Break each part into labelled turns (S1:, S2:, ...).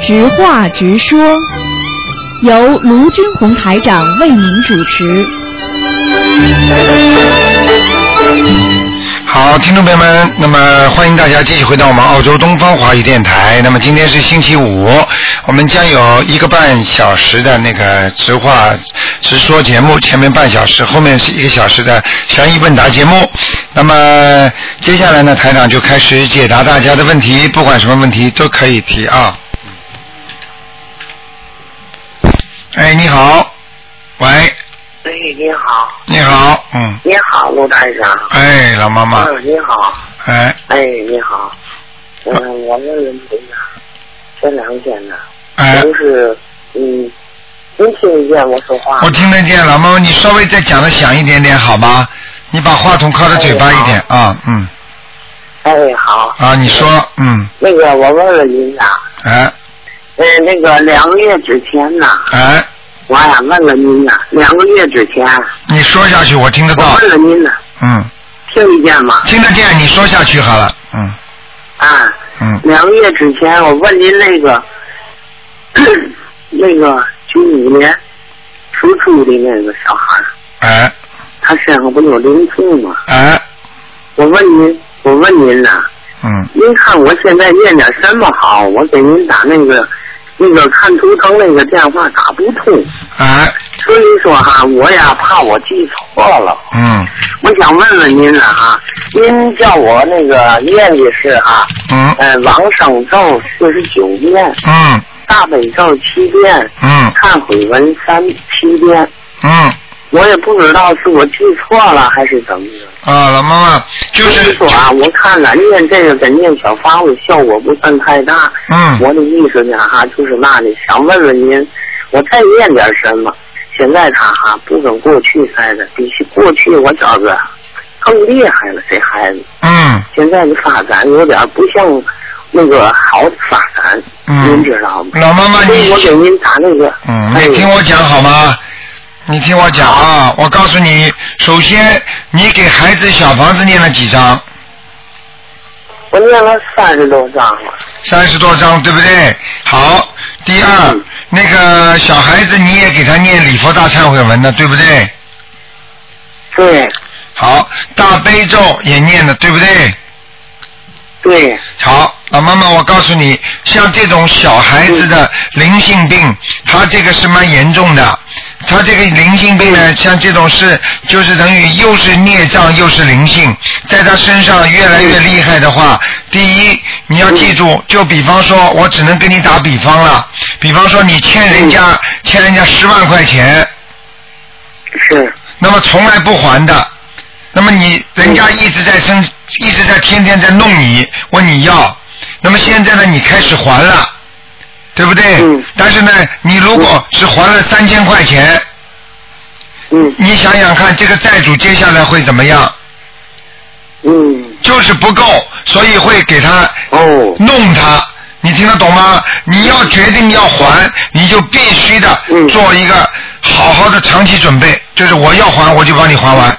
S1: 直话直说，由卢军红台长为您主持。
S2: 好，听众朋友们，那么欢迎大家继续回到我们澳洲东方华语电台。那么今天是星期五，我们将有一个半小时的那个直话直说节目，前面半小时，后面是一个小时的悬疑问答节目。那么接下来呢，台长就开始解答大家的问题，不管什么问题都可以提啊。哎，你好，喂，
S3: 哎，您好，
S2: 你好，嗯，
S3: 您好，卢台长。
S2: 哎，老妈妈，
S3: 嗯，您好，
S2: 哎，
S3: 哎，你好。嗯，我问问您啊，前两天呢，
S2: 哎。
S3: 就是嗯，您听得见我说话吗
S2: 我？听得见了，妈妈，你稍微再讲的响一点点好吗？你把话筒靠着嘴巴一点啊，嗯，
S3: 哎，好。
S2: 啊，你说，嗯，
S3: 那个，我问问您啊，
S2: 哎，
S3: 呃，那个两个月之前呢，
S2: 哎，
S3: 我呀问了您呢，两个月之前
S2: 你说下去，我听得
S3: 我
S2: 到，
S3: 问了您呢，
S2: 嗯，
S3: 听得见吗？
S2: 听得见，你说下去好了，嗯
S3: 啊，
S2: 嗯，
S3: 两个月之前我问您那个， 那个九五年属猪的那个小孩儿。
S2: 哎，
S3: 他身上不有灵性吗？
S2: 哎，
S3: 我问您，我问您呐、
S2: 嗯，
S3: 您看我现在念点什么好？我给您打那个那个看图腾那个电话打不通，
S2: 哎，
S3: 所以说哈、我呀怕我记错了，
S2: 嗯
S3: 我想问问您呐、哈，您叫我那个念的是哈、
S2: 嗯
S3: 呃往生咒四十九遍，
S2: 嗯
S3: 大悲咒七遍，
S2: 嗯
S3: 忏悔文三七遍，
S2: 嗯，
S3: 我也不知道是我记错了还是怎么的。
S2: 啊，老妈妈，就
S3: 所以
S2: 是
S3: 说，啊，我看了念这个跟念小法子效果不算太大。
S2: 嗯
S3: 我的意思呢哈，就是那里想问问您，我再念点什么？现在他哈不跟过去似的，比起过去我觉着更厉害了。这孩子
S2: 嗯
S3: 现在的发展有点不像那个好的发展，您
S2: 嗯，
S3: 知道吗？
S2: 老妈妈
S3: 所以
S2: 你
S3: 我给您打那个，
S2: 嗯，
S3: 哎
S2: 你听我讲好吗？你听我讲啊，我告诉你，首先你给孩子小房子念了几张？
S3: 我念了三十多章了。
S2: 三十多张，对不对？好，第二，
S3: 嗯
S2: 那个小孩子你也给他念礼佛大忏悔文的，对不对？
S3: 对
S2: 好，大悲咒也念的，对不对？
S3: 对，
S2: 好，老妈妈，我告诉你，像这种小孩子的灵性病，他这个是蛮严重的。他这个灵性病呢，像这种是就是等于又是孽障又是灵性，在他身上越来越厉害的话，第一你要记住，就比方说，我只能跟你打比方了，比方说你欠人家欠人家十万块钱，
S3: 是
S2: 那么从来不还的，那么你人家一直在生，一直在天天在弄你，问你要，那么现在呢，你开始还了，对不对？
S3: 嗯
S2: 但是呢，你如果只还了三千块钱，
S3: 嗯
S2: 你想想看，这个债主接下来会怎么样？
S3: 嗯
S2: 就是不够，所以会给他
S3: 哦
S2: 弄他。你听得懂吗？你要决定要还，你就必须的
S3: 嗯
S2: 做一个好好的长期准备，就是我要还，我就帮你还完。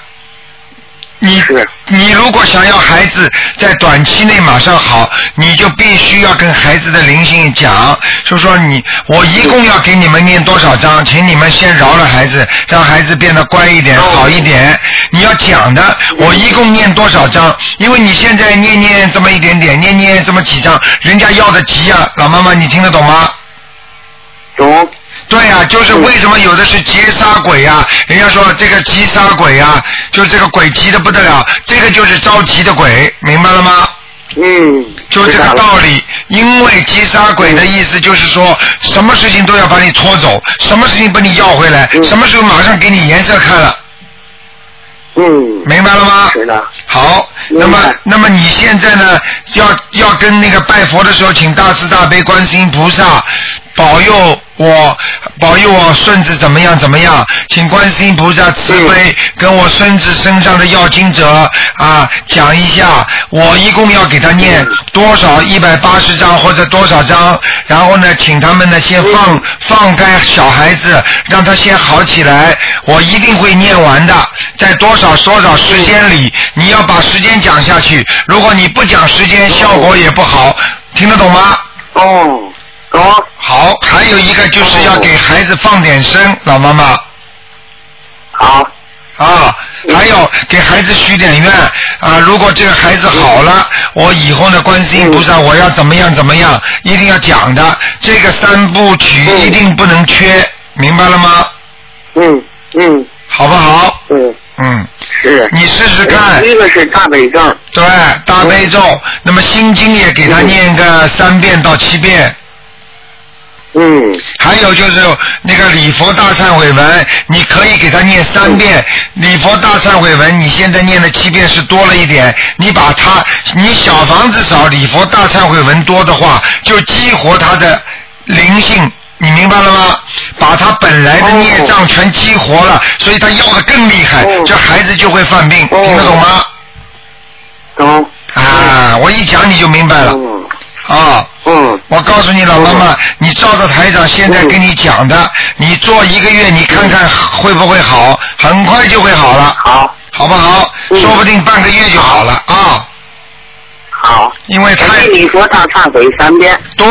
S2: 你
S3: 是
S2: 你如果想要孩子在短期内马上好，你就必须要跟孩子的灵性讲，就说你我一共要给你们念多少章，请你们先饶了孩子，让孩子变得乖一点、
S3: 哦嗯
S2: 好一点。你要讲的，我一共念多少章？因为你现在念念这么一点点，念念这么几章，人家要的急呀、老妈妈，你听得懂吗？
S3: 懂
S2: 对呀、就是为什么有的是劫杀鬼呀、人家说这个急杀鬼呀、就这个鬼急的不得了，这个就是着急的鬼，明白了吗？
S3: 嗯，
S2: 就这个道理，因为急杀鬼的意思就是说，什么事情都要把你拖走，什么事情把你要回来，
S3: 嗯
S2: 什么时候马上给你颜色看了，
S3: 嗯，
S2: 明白了吗？
S3: 是的，
S2: 好，
S3: 明
S2: 那么
S3: 白
S2: 那么你现在呢，要要跟那个拜佛的时候，请大慈大悲观世音菩萨保佑我，保佑我孙子怎么样怎么样，请观世音菩萨慈悲跟我孙子身上的要经者啊讲一下，我一共要给他念
S3: 嗯
S2: 多少一百八十张或者多少张，然后呢，请他们呢先放
S3: 嗯
S2: 放开小孩子，让他先好起来，我一定会念完的，在多少多少时间里，
S3: 嗯
S2: 你要把时间讲下去，如果你不讲时间，效果也不好，听得懂吗？
S3: 哦，走，
S2: 好，还有一个
S3: 哦
S2: 就是要给孩子放点生，老妈妈
S3: 好，
S2: 啊，还有给孩子许点愿啊。如果这个孩子好了，我以后呢，观世音菩萨，我要怎么样怎么样，一定要讲的。这个三部曲
S3: 嗯
S2: 一定不能缺，明白了吗？
S3: 嗯嗯
S2: 好不好？
S3: 嗯，
S2: 嗯，
S3: 是。
S2: 你试试看。
S3: 一个是大悲咒，
S2: 对，大悲咒，那么心经也给他念个三遍到七遍，
S3: 嗯
S2: 还有就是那个礼佛大忏悔文，你可以给他念三遍。礼佛大忏悔文，你现在念的七遍是多了一点，你把它，你小房子少，礼佛大忏悔文多的话，就激活他的灵性。你明白了吗？把他本来的孽障全激活了，所以他要的更厉害
S3: 哦，
S2: 这孩子就会犯病，
S3: 哦
S2: 听得懂吗？
S3: 懂。
S2: 啊，我一讲你就明白了
S3: 嗯
S2: 啊。
S3: 嗯
S2: 我告诉你，老妈妈，你照着台长现在跟你讲的，你做一个月，你看看会不会好，很快就会好了，
S3: 好
S2: 好不好？
S3: 嗯
S2: 说不定半个月就好了啊！
S3: 好。
S2: 因为太
S3: 给你说大忏悔三遍，
S2: 对，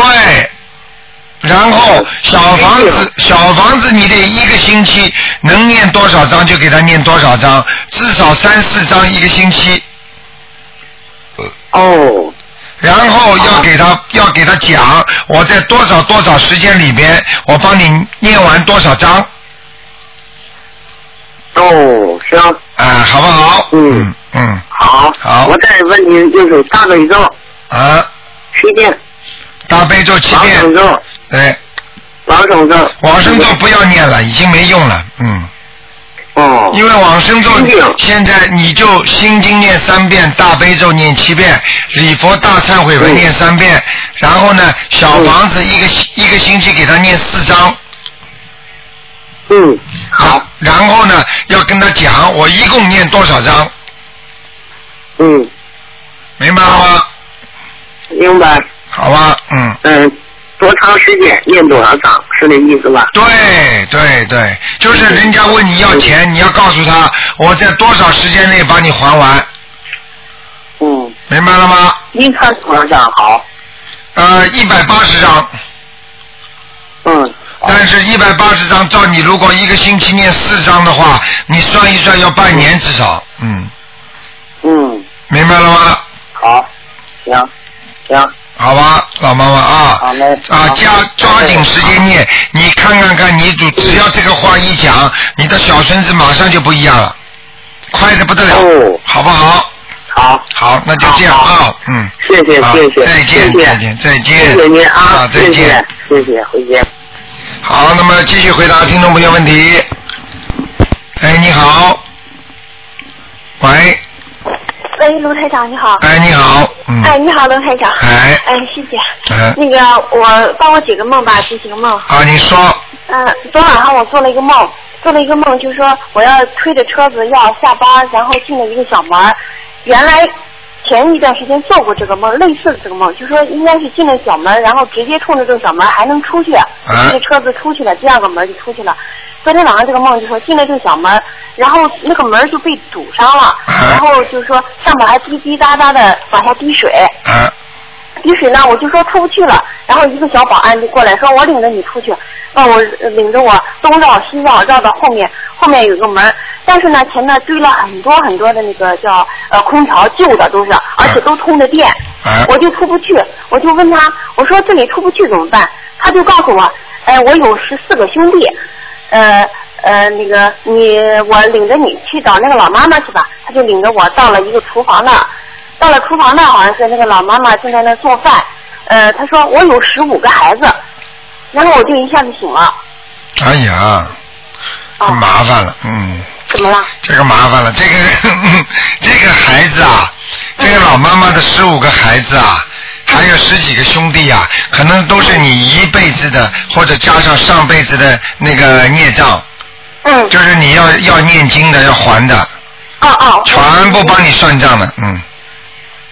S2: 然
S3: 嗯
S2: 后小房子，小房子你得一个星期能念多少章就给他念多少章，至少三四章一个星期，
S3: 哦，
S2: 然后要
S3: 好
S2: 给他要给他讲，我在多少多少时间里边，我帮你念完多少章。
S3: 哦，行，
S2: 啊，好不好？
S3: 嗯
S2: 嗯
S3: 好，
S2: 好
S3: 我再问您，就是大悲咒
S2: 啊，
S3: 七遍，
S2: 大悲咒七
S3: 往生
S2: 遍，
S3: 咒，
S2: 对，
S3: 往生咒，
S2: 往生咒不要念了，已经没用了，嗯，
S3: 哦，
S2: 因为往生咒
S3: 心经
S2: 现在你就心经念三遍，大悲咒念七遍，礼佛大忏悔文
S3: 嗯
S2: 念三遍，然后呢，小房子一个星一个星期给他念四章，
S3: 嗯，好，
S2: 然后呢，要跟他讲我一共念多少章，
S3: 嗯，
S2: 明白了吗？
S3: 明白，
S2: 好吧，嗯。
S3: 嗯，多长时间念多少章，是那意思吧？
S2: 对对对，就是人家问你要钱，你要告诉他我在多少时间内把你还完，
S3: 嗯，
S2: 明白了吗？
S3: 您看多少章好？
S2: 呃，一百八十张，
S3: 嗯，
S2: 但是一百八十张，照你如果一个星期念四张的话，你算一算要半年至少，嗯，
S3: 嗯，
S2: 明白了吗？
S3: 好，行，行，
S2: 好吧，老妈妈啊
S3: 好嘞，
S2: 啊
S3: 好
S2: 加抓紧时间念，你看看看，你只只要这个话一讲，你的小孙子马上就不一样了，快的不得了
S3: 哦，
S2: 好不好？
S3: 好，
S2: 嗯好，那就这样啊，嗯。
S3: 谢谢，
S2: 好
S3: 谢谢，
S2: 再见，
S3: 谢谢
S2: 再见，再见，
S3: 谢谢您啊，
S2: 再
S3: 谢谢
S2: 见。，
S3: 谢谢，回见。
S2: 好，那么继续回答听众朋友问题。哎，你好，喂，
S4: 喂，卢台长你好。
S2: 哎，你好，嗯，
S4: 哎，你好，卢台长。
S2: 哎
S4: 哎，谢谢。
S2: 哎
S4: 那个，我帮我解个梦吧，这几个梦。
S2: 啊，你说，
S4: 嗯、昨晚上我做了一个梦，做了一个梦，就是说我要推着车子要下班，然后进了一个小门儿。原来前一段时间做过这个梦，类似的这个梦，就说应该是进了小门儿，然后直接冲着这个小门儿还能出去，
S2: 哎
S4: 这车子出去了，第二个门就出去了。昨天晚上这个梦就说进了这个小门儿，然后那个门儿就被堵上了，
S2: 哎
S4: 然后就是说上面还滴滴答答的往下滴水，
S2: 啊，
S4: 滴水呢，我就说出不去了，然后一个小保安就过来说，我领着你出去，那我呃领着我东绕西绕，绕到后面，后面有个门，但是呢前面堆了很多很多的那个叫呃空调旧的都是，而且都通着电，
S2: 啊
S4: 我就出不去，我就问他，我说这里出不去怎么办？他就告诉我，哎，我有十四个兄弟，呃呃，那个你我领着你去找那个老妈妈去吧。他就领着我到了一个厨房那儿，到了厨房那儿好像是那个老妈妈正在那儿做饭，呃，他说我有十五个孩子，然后我就一下子醒了。
S2: 哎呀，
S4: 哦，
S2: 麻烦了，嗯，
S4: 怎么了？
S2: 这个麻烦了，这个 这个孩子啊，这个老妈妈的十五个孩子啊，还有十几个兄弟啊，可能都是你一辈子的，或者加上上辈子的那个孽障，
S4: 嗯，
S2: 就是你要要念经的，要还的，
S4: 哦哦，
S2: 全部帮你算账的，嗯。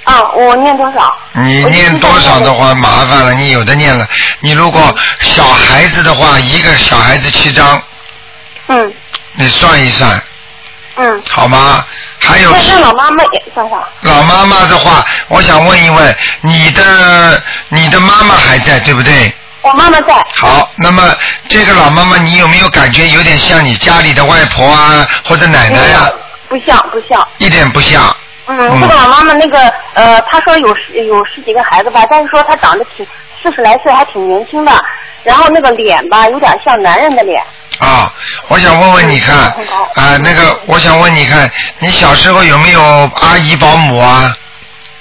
S4: 啊、我念多少？
S2: 你
S4: 我就
S2: 哎念
S4: 是
S2: 多少
S4: 在
S2: 的话麻烦了，你有的念了，你如果小孩子的话，一个小孩子七张，
S4: 嗯
S2: 你算一算，
S4: 嗯，
S2: 好吗？还有
S4: 那那老妈妈也算上。
S2: 老妈妈的话，我想问一问，你的你的妈妈还在对不对？
S4: 我妈妈在。
S2: 好，那么这个老妈妈，你有没有感觉有点像你家里的外婆啊，或者奶奶啊？
S4: 嗯不像不像，
S2: 一点不像。
S4: 嗯，
S2: 嗯
S4: 这个老妈妈那个呃，她说有十有十几个孩子吧，但是说她长得挺四十来岁，还挺年轻的，然后那个脸吧，有点像男人的脸。
S2: 啊，我想问问你看，啊、那个，我想问你看，你小时候有没有阿姨保姆啊？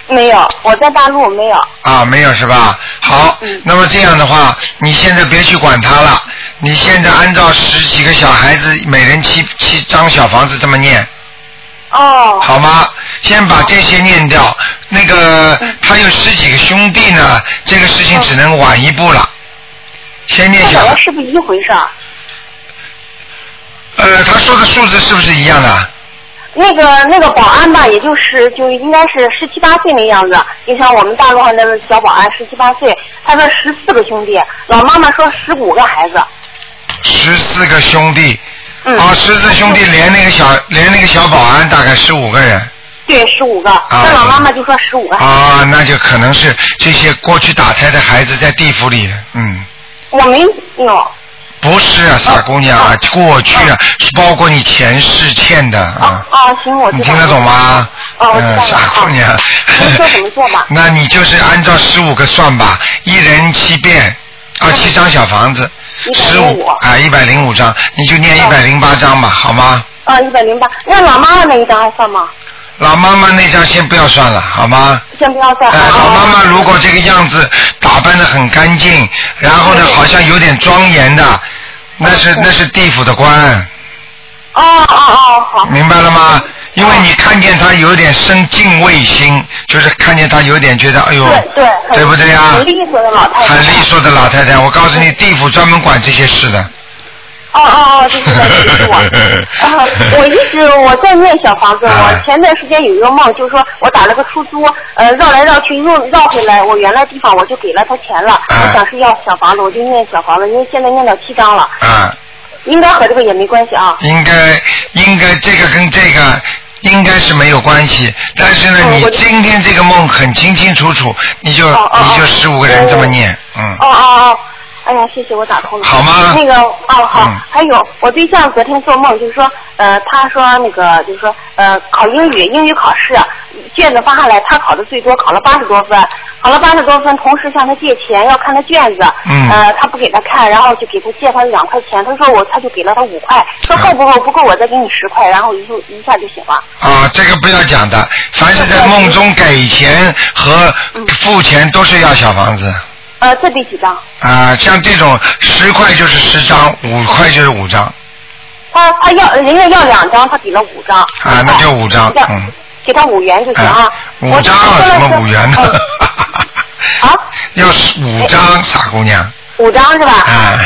S4: 没有，我在大陆没有。
S2: 啊，没有是吧？好，
S4: 嗯
S2: 那么这样的话，你现在别去管他了，你现在按照十几个小孩子，每人七七张小房子这么念，
S4: 哦，
S2: 好吗？先把这些念掉。那个
S4: 嗯
S2: 他有十几个兄弟呢，这个
S4: 哦
S2: 事情只能晚一步了。先念
S4: 这
S2: 小
S4: 两，个是不是一回事儿？
S2: 呃，他说的数字是不是一样的？
S4: 那个那个保安吧，也就是就应该是十七八岁那样子，就像我们大陆上的小保安十七八岁，他说十四个兄弟，老妈妈说十五个孩子，
S2: 十四个兄弟，
S4: 嗯
S2: 啊，十四兄弟连那个小连那个小保安大概十五个人
S4: 对，十五个，那老妈妈就说十五个孩子，
S2: 啊，那就可能是这些过去打胎的孩子在地府里，嗯，
S4: 我没
S2: 啊
S4: 有，
S2: 不是啊，傻姑娘啊，过去啊，是包括你前世欠的啊，
S4: 啊，行，我知
S2: 你
S4: 道
S2: 听得懂？吗？
S4: 哦我知道
S2: 嗯，
S4: 了
S2: 傻姑娘，
S4: 您说怎么做吧
S2: 那你就是按照十五个算吧，一人七遍，啊，七张小房子，十五
S4: 105
S2: 啊，一百零五张，你就念一百零八张吧，好吗？
S4: 啊，一百零八，那老妈妈那一张还算吗？
S2: 老妈妈那张先不要算了，好吗？
S4: 先 不要算
S2: 呃，
S4: 啊。
S2: 老妈妈如果这个样子打扮的很干净，然后呢，
S4: 对
S2: 好像有点庄严的，那是那是地府的官，
S4: 哦哦哦，好，
S2: 明白了吗？因为你看见她有点生敬畏心，就是看见她有点觉得，哎呦
S4: 对对，很，
S2: 对不对啊
S4: 很？利索的老太太。
S2: 很利。索的老太太，我告诉你，地府专门管这些事的。
S4: 哦哦哦，就是在提醒我。啊，我一直我在念小房子，
S2: 哎
S4: 我前段时间有一个梦，就是说我打了个出租，呃，绕来绕去又绕回来，我原来地方我就给了他钱了，
S2: 哎
S4: 我想是要小房子，我就念小房子，因为现在念到七张了，
S2: 啊，
S4: 应该和这个也没关系啊。
S2: 应该应该这个跟这个应该是没有关系，但是呢，
S4: 嗯
S2: 你
S4: 我就
S2: 今天这个梦很清清楚楚，你就
S4: 哦哦
S2: 你就十五个人这么念，嗯
S4: 哦，哦哦，哎呀，谢谢我打通了。
S2: 好吗
S4: 那个哦好，
S2: 嗯
S4: 还有我对象昨天做梦，就是说呃，他说那个就是说呃，考英语，英语考试啊卷子发下来，他考的最多，考了八十多分，考了八十多分，同时向他借钱，要看他卷子，
S2: 嗯
S4: 呃，他不给他看，然后就给他借他两块钱，他说我他就给了他五块，说够不够？不够我再给你十块，然后一就一下就行了。
S2: 啊，这个不要讲的，凡是在梦中给钱和
S4: 嗯
S2: 付钱都是要小房子
S4: 呃，这第几张？
S2: 啊，像这种十块就是十张，五块就是五张
S4: 他他要人家要两张，他给了五张。
S2: 啊，那就五张，
S4: 要
S2: 嗯，
S4: 给他五元就行啊
S2: 啊。，五张
S4: 我
S2: 啊
S4: 就
S2: 什
S4: 说了
S2: 么五元呢
S4: 嗯？啊，
S2: 要是五张，傻姑娘
S4: 五张是吧？
S2: 啊。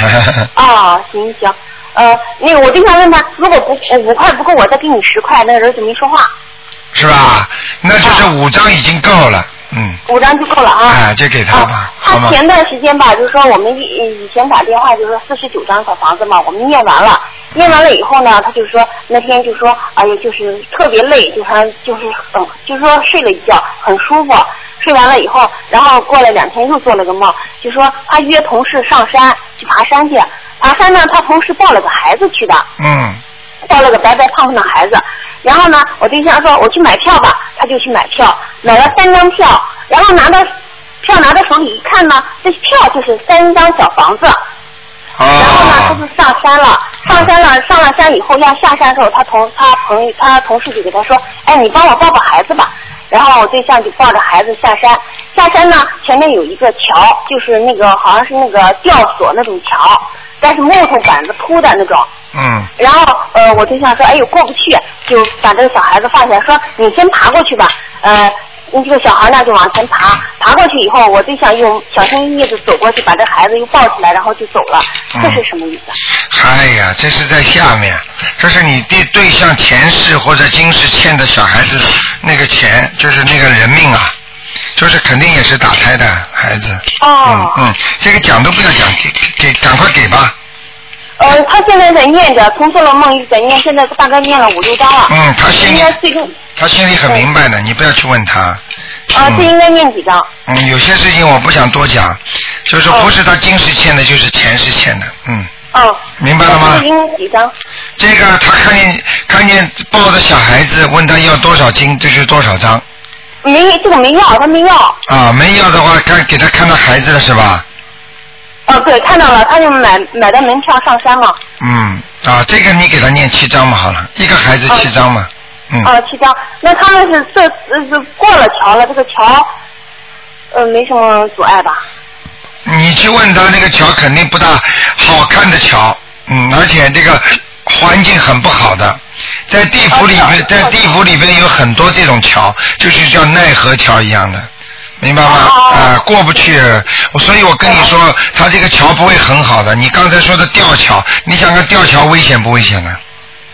S4: 哦，行行，呃，那个我对象问他，如果不呃五块不够，我再给你十块，那个人就没说话，
S2: 是吧？那就是五张已经够了，嗯，
S4: 五张就够了啊。
S2: 哎，就给他吧
S4: 啊，
S2: 好吗
S4: 他？前段时间吧，就是说我们以以前打电话就是说四十九张小房子嘛，我们念完了，念完了以后呢，他就说那天就说，哎呀，就是特别累，就还就是很、就是说睡了一觉很舒服，睡完了以后，然后过了两天又做了个梦，就说他约同事上山去爬山去，爬山呢，他同事抱了个孩子去的，
S2: 嗯，
S4: 抱了个白白胖胖的孩子。然后呢，我对象说我去买票吧，他就去买票，买了三张票，然后拿到票拿到手里一看呢，这票就是三张小房子。然后呢，他就
S2: 哦，
S4: 上山了，上山了，上了山以后要下山的时候，他同他朋友他同事就给他说，哎，你帮我抱抱孩子吧。然后我对象就抱着孩子下山，下山呢，前面有一个桥，就是那个好像是那个吊索那种桥，但是木头板子铺的那种。
S2: 嗯，
S4: 然后呃，我对象说，哎呦过不去，就把这个小孩子放下，说你先爬过去吧。呃，你这个小孩呢就往前爬，爬过去以后，我对象又小心翼翼的走过去，把这孩子又抱起来，然后就走了。
S2: 嗯
S4: 这是什么意思？
S2: 哎呀，这是在下面，这是你对对象前世或者今世欠的小孩子那个钱，就是那个人命啊，就是肯定也是打胎的孩子。
S4: 哦
S2: 嗯，嗯，这个讲都不要讲，给给赶快给吧。
S4: 呃，他现在在念着，从做了梦一直在念，现在大概念了五六章了。
S2: 嗯，他心
S4: 应
S2: 里
S4: 该最近
S2: 他心里很明白的，你不要去问他。
S4: 哦啊，这应该念几张？
S2: 嗯，有些事情我不想多讲，就是
S4: 哦
S2: 不是他今时欠的，就是前世欠的，嗯，
S4: 嗯，
S2: 明白了吗
S4: 这？应该几张？
S2: 这个他看见看见抱着小孩子，问他要多少斤，这就是多少张
S4: 没，这个没要，他没要。
S2: 啊？没要的话，看给他看到孩子了是吧？
S4: 哦，对，看到了，他就买买的门票上山了。
S2: 嗯，啊，这个你给他念七张嘛，好了，一个孩子七张嘛，嗯，
S4: 啊，七张。那他们是这呃是过了桥了，这个桥，呃，没什么阻碍吧？
S2: 你去问他那个桥肯定不大好看的桥，嗯，而且这个环境很不好的，在地府里
S4: 啊是
S2: 边
S4: 啊，
S2: 在地府里边有很多这种桥，就是叫奈何桥一样的。明白吗？
S4: 哦
S2: 啊、过不去，所以我跟你说，他这个桥不会很好的。你刚才说的吊桥，你想看吊桥危险不危险呢？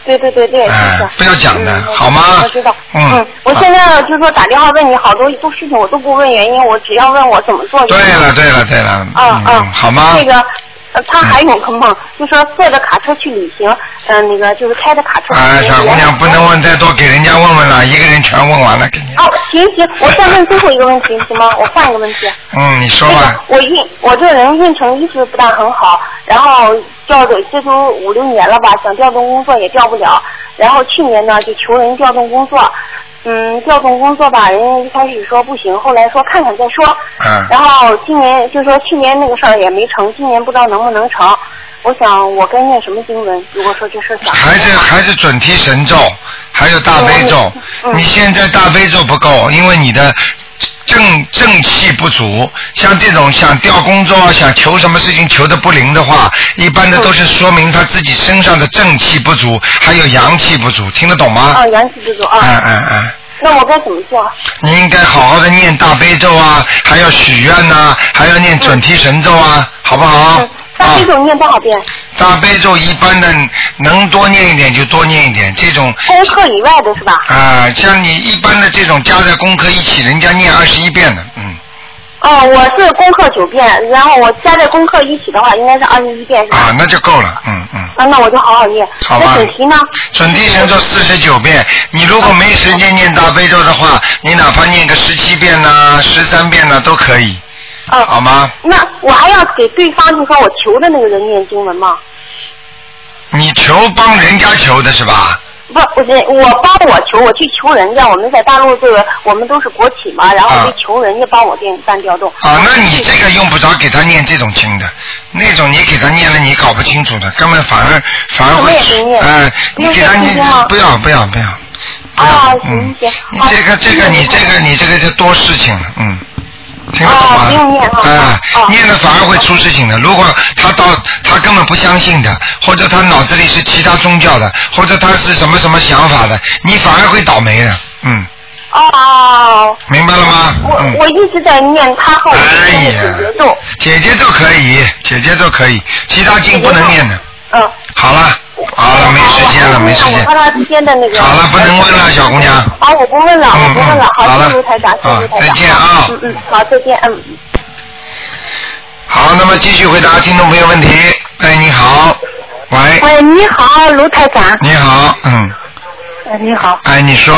S4: 对对对，这也
S2: 哎
S4: 是。是
S2: 不要讲的
S4: 嗯
S2: 好吗
S4: 我知道。
S2: 嗯
S4: 我现在就是说打电话问你好多多事情，我都不问原因，我只要问我怎么做就
S2: 对
S4: 行。
S2: 了，对了，对了，
S4: 嗯嗯，
S2: 好吗？嗯
S4: 那个，呃他还有个梦，就说坐着卡车去旅行，嗯、那个就是开着卡车去
S2: 啊，
S4: 旅行。
S2: 小姑娘不能问太多，给人家问问了，一个人全问完了，给你。
S4: 哦，行行，我再问最后一个问题行吗？我换一个问题。
S2: 嗯，你说
S4: 那
S2: 吧
S4: 个。我运我这人运程一直不大很好，然后调动这都五六年了吧，想调动工作也调不了，然后去年呢就求人调动工作，嗯，调动工作吧，人家一开始说不行，后来说看看再说，
S2: 嗯
S4: 然后今年就说去年那个事儿也没成，今年不知道能不能成，我想我该念什么经文？如果说这事儿想
S2: 还是还是准提神咒，还有大悲咒。
S4: 嗯
S2: 你现在大悲咒不够，因为你的正正气不足。像这种想调工作、啊想求什么事情求的不灵的话，一般的都
S4: 嗯
S2: 是说明他自己身上的正气不足，还有阳气不足，听得懂吗
S4: 啊，？元气之足啊，
S2: 嗯嗯嗯，
S4: 那我该怎么做？
S2: 你应该好好的念大悲咒啊，还要许愿呐、还要念准提神咒啊，好不好？
S4: 嗯，那这
S2: 啊
S4: 种念多少遍？
S2: 大悲咒一般的能多念一点就多念一点，这种
S4: 功课以外的是吧？
S2: 啊，像你一般的这种加在功课一起，人家念二十一遍的，嗯，
S4: 哦，我是功课九遍，然后我加在功课一起的话，应该是二十一遍是吧？
S2: 啊，那就够了，嗯嗯。
S4: 啊，那我就好好念。
S2: 好吧
S4: 那准提呢？
S2: 准提神咒四十九遍，你如果没时间念大悲咒的话，你哪怕念个十七遍呐、十三遍呐、都可以，
S4: 嗯，
S2: 好吗？
S4: 那我还要给对方就说我求的那个人念经文吗？
S2: 你求帮人家求的是吧？
S4: 不，我是我帮我求，我去求人家。我们在大陆这个，我们都是国企嘛，然后
S2: 啊
S4: 我去求人家帮我电办调动。
S2: 啊，那你这个用不着给他念这种经的，那种你给他念了，你搞不清楚的，根本反而反而
S4: 我
S2: 会
S4: 们也不念，
S2: 哎、
S4: 不
S2: 你
S4: 用
S2: 给
S4: 念
S2: 他
S4: 心
S2: 念
S4: 经吗
S2: 不要不要不要，不要
S4: 啊
S2: 嗯
S4: 行行，
S2: 你
S4: 好
S2: 这个这个
S4: 那
S2: 你
S4: 就
S2: 这个你这个就多事情了，嗯。听得懂吗？
S4: 啊不用念啊
S2: 哎
S4: 啊
S2: 念了反而会出事情的。如果他到他根本不相信的，或者他脑子里是其他宗教的，或者他是什么什么想法的，你反而会倒霉的。嗯，
S4: 哦，
S2: 明白了吗？
S4: 我、
S2: 嗯。
S4: 我一直在念他和我
S2: 哎
S4: 念
S2: 呀
S4: 的解决咒。，
S2: 姐姐都可以，姐姐都可以，其他经不能念的。
S4: 嗯。
S2: 好了，好了，没时间了，没时间
S4: 我。看他今天的那个。
S2: 好了，不能问了，小姑娘。
S4: 啊，我不问了，我不问
S2: 嗯
S4: 了。
S2: 嗯好
S4: 好，
S2: 了
S4: 谢谢卢台长，谢谢
S2: 啊
S4: 卢台长。
S2: 再见啊
S4: 嗯嗯，好，再见，嗯。
S2: 好，那么继续回答听众朋友问题。哎，你好，喂，
S5: 哎，你好，卢台长。
S2: 你好，嗯，
S5: 哎，你好。
S2: 哎，你说，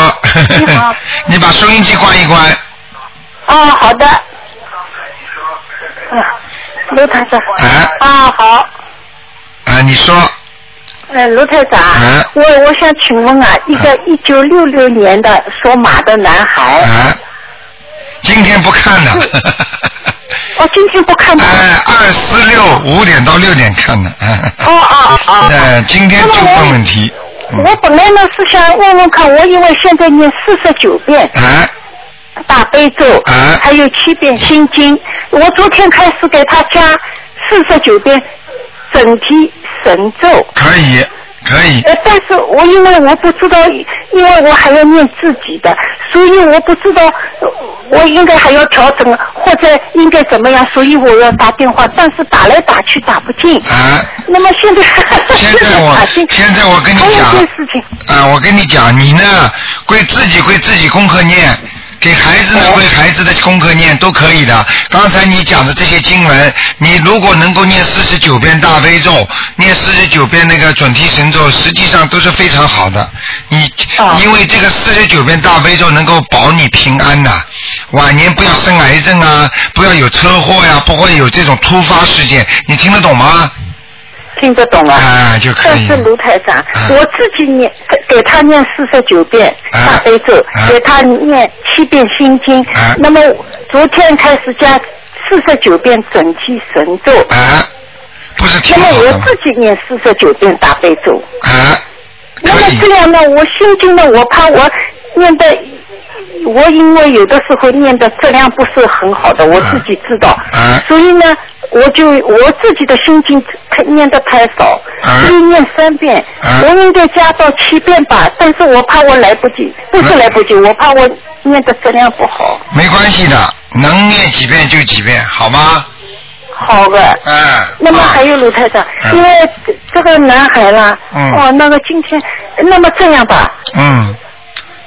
S5: 你好
S2: 你把收音机关一关，
S5: 啊，好的。啊，卢台长。
S2: 哎，
S5: 啊，好。
S2: 哎，你说，
S5: 哎，卢台长，
S2: 哎
S5: 我我想请问啊，一个一九六六年的属马的男孩，
S2: 哎，今天不看的，
S5: 我今天不看到。
S2: 哎，二四六五点到六点看的，哎，
S5: 哦哦哦。
S2: 哎，今天就问问题，嗯
S5: 我本来呢是想问问看，我因为现在念四十九遍
S2: 哎，
S5: 大悲咒，
S2: 哎
S5: 还有七遍心经，我昨天开始给他加四十九遍整体神咒。
S2: 可以，可以，
S5: 呃，但是我因为我不知道，因为我还要念自己的，所以我不知道呃我应该还要调整，或者应该怎么样，所以我要打电话，但是打来打去打不进。
S2: 哎。
S5: 那么现在，
S2: 现在
S5: 打
S2: 我
S5: 进，
S2: 现在我跟你
S5: 还有一
S2: 讲
S5: 件事情，
S2: 啊，我跟你讲，你呢，归自己归自己功课念，给给孩子呢为孩子的功课念都可以的。刚才你讲的这些经文，你如果能够念四十九遍大悲咒，念四十九遍那个准提神咒，实际上都是非常好的。你、
S4: 哦
S2: 因为这个四十九遍大悲咒能够保你平安呐、晚年不要生癌症啊，不要有车祸呀、不会有这种突发事件。你听得懂吗？
S4: 听得懂啊。
S2: 啊，就可
S4: 但
S2: 以
S4: 是。卢台长，
S2: 啊
S4: 我自己念给他念四十九遍
S2: 啊
S4: 大悲咒，
S2: 啊
S4: 给他念七遍心经。
S2: 啊
S4: 那么昨天开始加四十九遍准提神咒，
S2: 啊，不是挺
S4: 那么
S2: 好
S4: 我
S2: 的吗
S4: 自？己念四十九遍大悲咒。
S2: 啊，
S4: 那么
S2: 可以
S4: 这。样呢，我心经呢，我怕我念的，我因为有的时候念的质量不是很好的，我自己知道，
S2: 啊
S4: 所以呢，我就我自己的心经太念的太少，
S2: 啊
S4: 所以念三遍，
S2: 啊
S4: 我应该加到七遍吧，但是我怕我来不及，不是
S2: 那
S4: 来不及，我怕我念的质量不好，
S2: 没关系的，能念几遍就几遍，好吗？
S4: 好的。
S2: 哎。
S4: 那么
S2: 啊
S4: 还有卢台长，
S2: 嗯
S4: 因为这这个男孩啦，
S2: 嗯
S4: 哦，那个今天，那么这样吧，
S2: 嗯，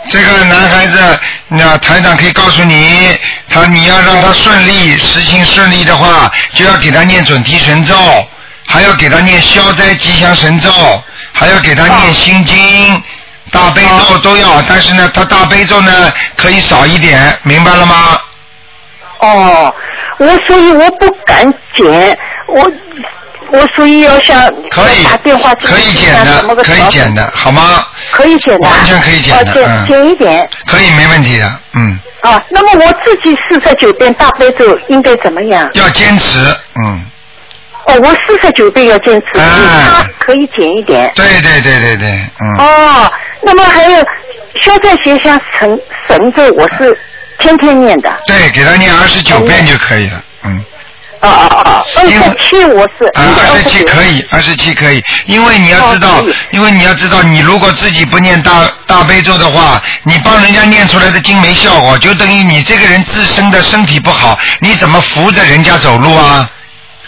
S2: 这个男孩子，那台长可以告诉你，他你要让他顺利，实行顺利的话，就要给他念准提神咒，还要给他念消灾吉祥神咒，还要给他念心经。大悲咒都要，但是呢，他大悲咒呢可以少一点，明白了吗？
S4: 哦，我所以我不敢剪，我我所以要想
S2: 可以
S4: 打电话，
S2: 可以减的
S4: 怎么，个
S2: 可以
S4: 调整
S2: 减，的，好吗？
S4: 可以剪的啊，
S2: 完全可以剪的
S4: 哦
S2: 嗯
S4: 剪剪一点
S2: 可以，没问题的，嗯，
S4: 啊。那么我自己四十九遍大悲咒应该怎么样？
S2: 要坚持，嗯。
S4: 哦，我四十九遍要坚持，
S2: 哎
S4: 他可以减一点。
S2: 对对对对对，嗯，
S4: 哦，那么还有消灾吉祥神神咒，我是天天念的。
S2: 对，给他念二十九遍就可以了，嗯，
S4: 哦哦哦，二
S2: 因为
S4: 十七我是
S2: 啊，二十七可
S4: 以。
S2: 以，二十七可以，因为你要知道
S4: 哦可以，
S2: 因为你要知道，你如果自己不念大大悲咒的话，你帮人家念出来的经没效果，就等于你这个人自身的身体不好，你怎么扶着人家走路啊？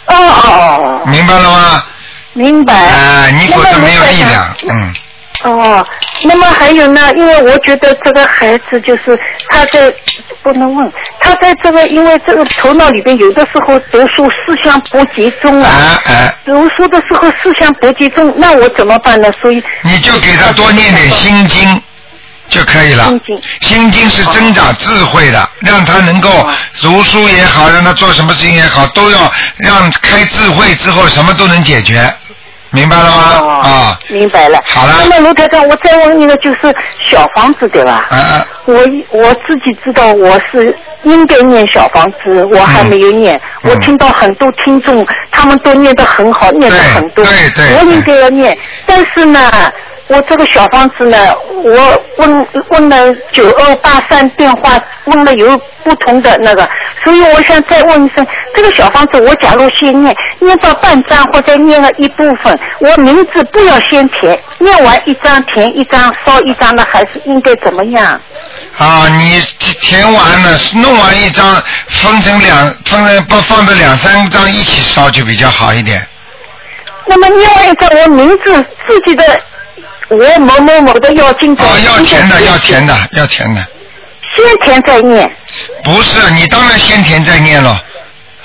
S4: 哦哦哦哦，
S2: 明白了吗？
S4: 明白。
S2: 啊，你
S4: 那
S2: 否
S4: 么
S2: 则没有
S4: 卢台
S2: 力
S4: 长
S2: 量，嗯，
S4: 哦，那么还有呢，因为我觉得这个孩子就是他在不能问他在这个，因为这个头脑里边有的时候读书思想不集中啊，
S2: 啊啊，
S4: 读书的时候思想不集中，那我怎么办呢？所以
S2: 你就给他多念点心经就可以了。
S4: 心经
S2: 心经是增长智慧的，让他能够
S4: 嗯
S2: 读书也好，让他做什么事情也好，都要让开智慧之后，什么都能解决，明白了吗？啊、
S4: 明白了。
S2: 好了
S4: 哦那么卢台长，我再问一个，就是小房子对吧？
S2: 啊啊，
S4: 我我自己知道我是应该念小房子，我还没有念。
S2: 嗯
S4: 我听到很多听众，他们都念得很好，念得很多。
S2: 对对
S4: 我应该要念，但是呢，我这个小房子呢，我问问了九二八三电话，问了有不同的那个，所以我想再问一声，这个小房子我假如先念，念到半张或者念了一部分，我名字不要先填，念完一张填一张，烧一张呢，还是应该怎么样？
S2: 啊，你填完了，弄完一张，分成两，分成不放着两三张一起烧就比较好一点。
S4: 那么另外一个，我名字自己的我某某某的要进
S2: 哦，要填的，要填的，要填的。
S4: 先填再念。
S2: 不是，你当然先填再念了。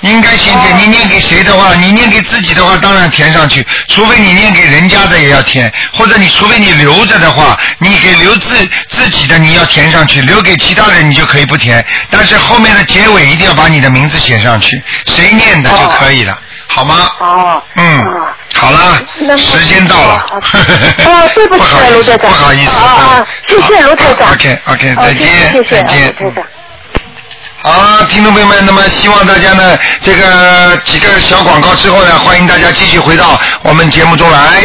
S2: 应该先填，
S4: 哦
S2: 你念给谁的话，你念给自己的话，当然填上去。除非你念给人家的也要填，或者你除非你留着的话，你给留自自己的你要填上去，留给其他人你就可以不填。但是后面的结尾一定要把你的名字写上去，谁念的就可以了，好吗？
S4: 哦。
S2: 嗯
S4: 哦，
S2: 好了
S4: 那，么
S2: 时间到了。
S4: 哦哦对不起啊
S2: 好意思
S4: 卢台长
S2: 不好意思。
S4: 哦哦哦谢谢卢台长
S2: OK OK，
S4: 哦
S2: 再见
S4: 谢谢，谢谢
S2: 再见
S4: 啊，卢台长。
S2: 好，听众朋友们，那么希望大家呢，这个几个小广告之后呢，欢迎大家继续回到我们节目中来。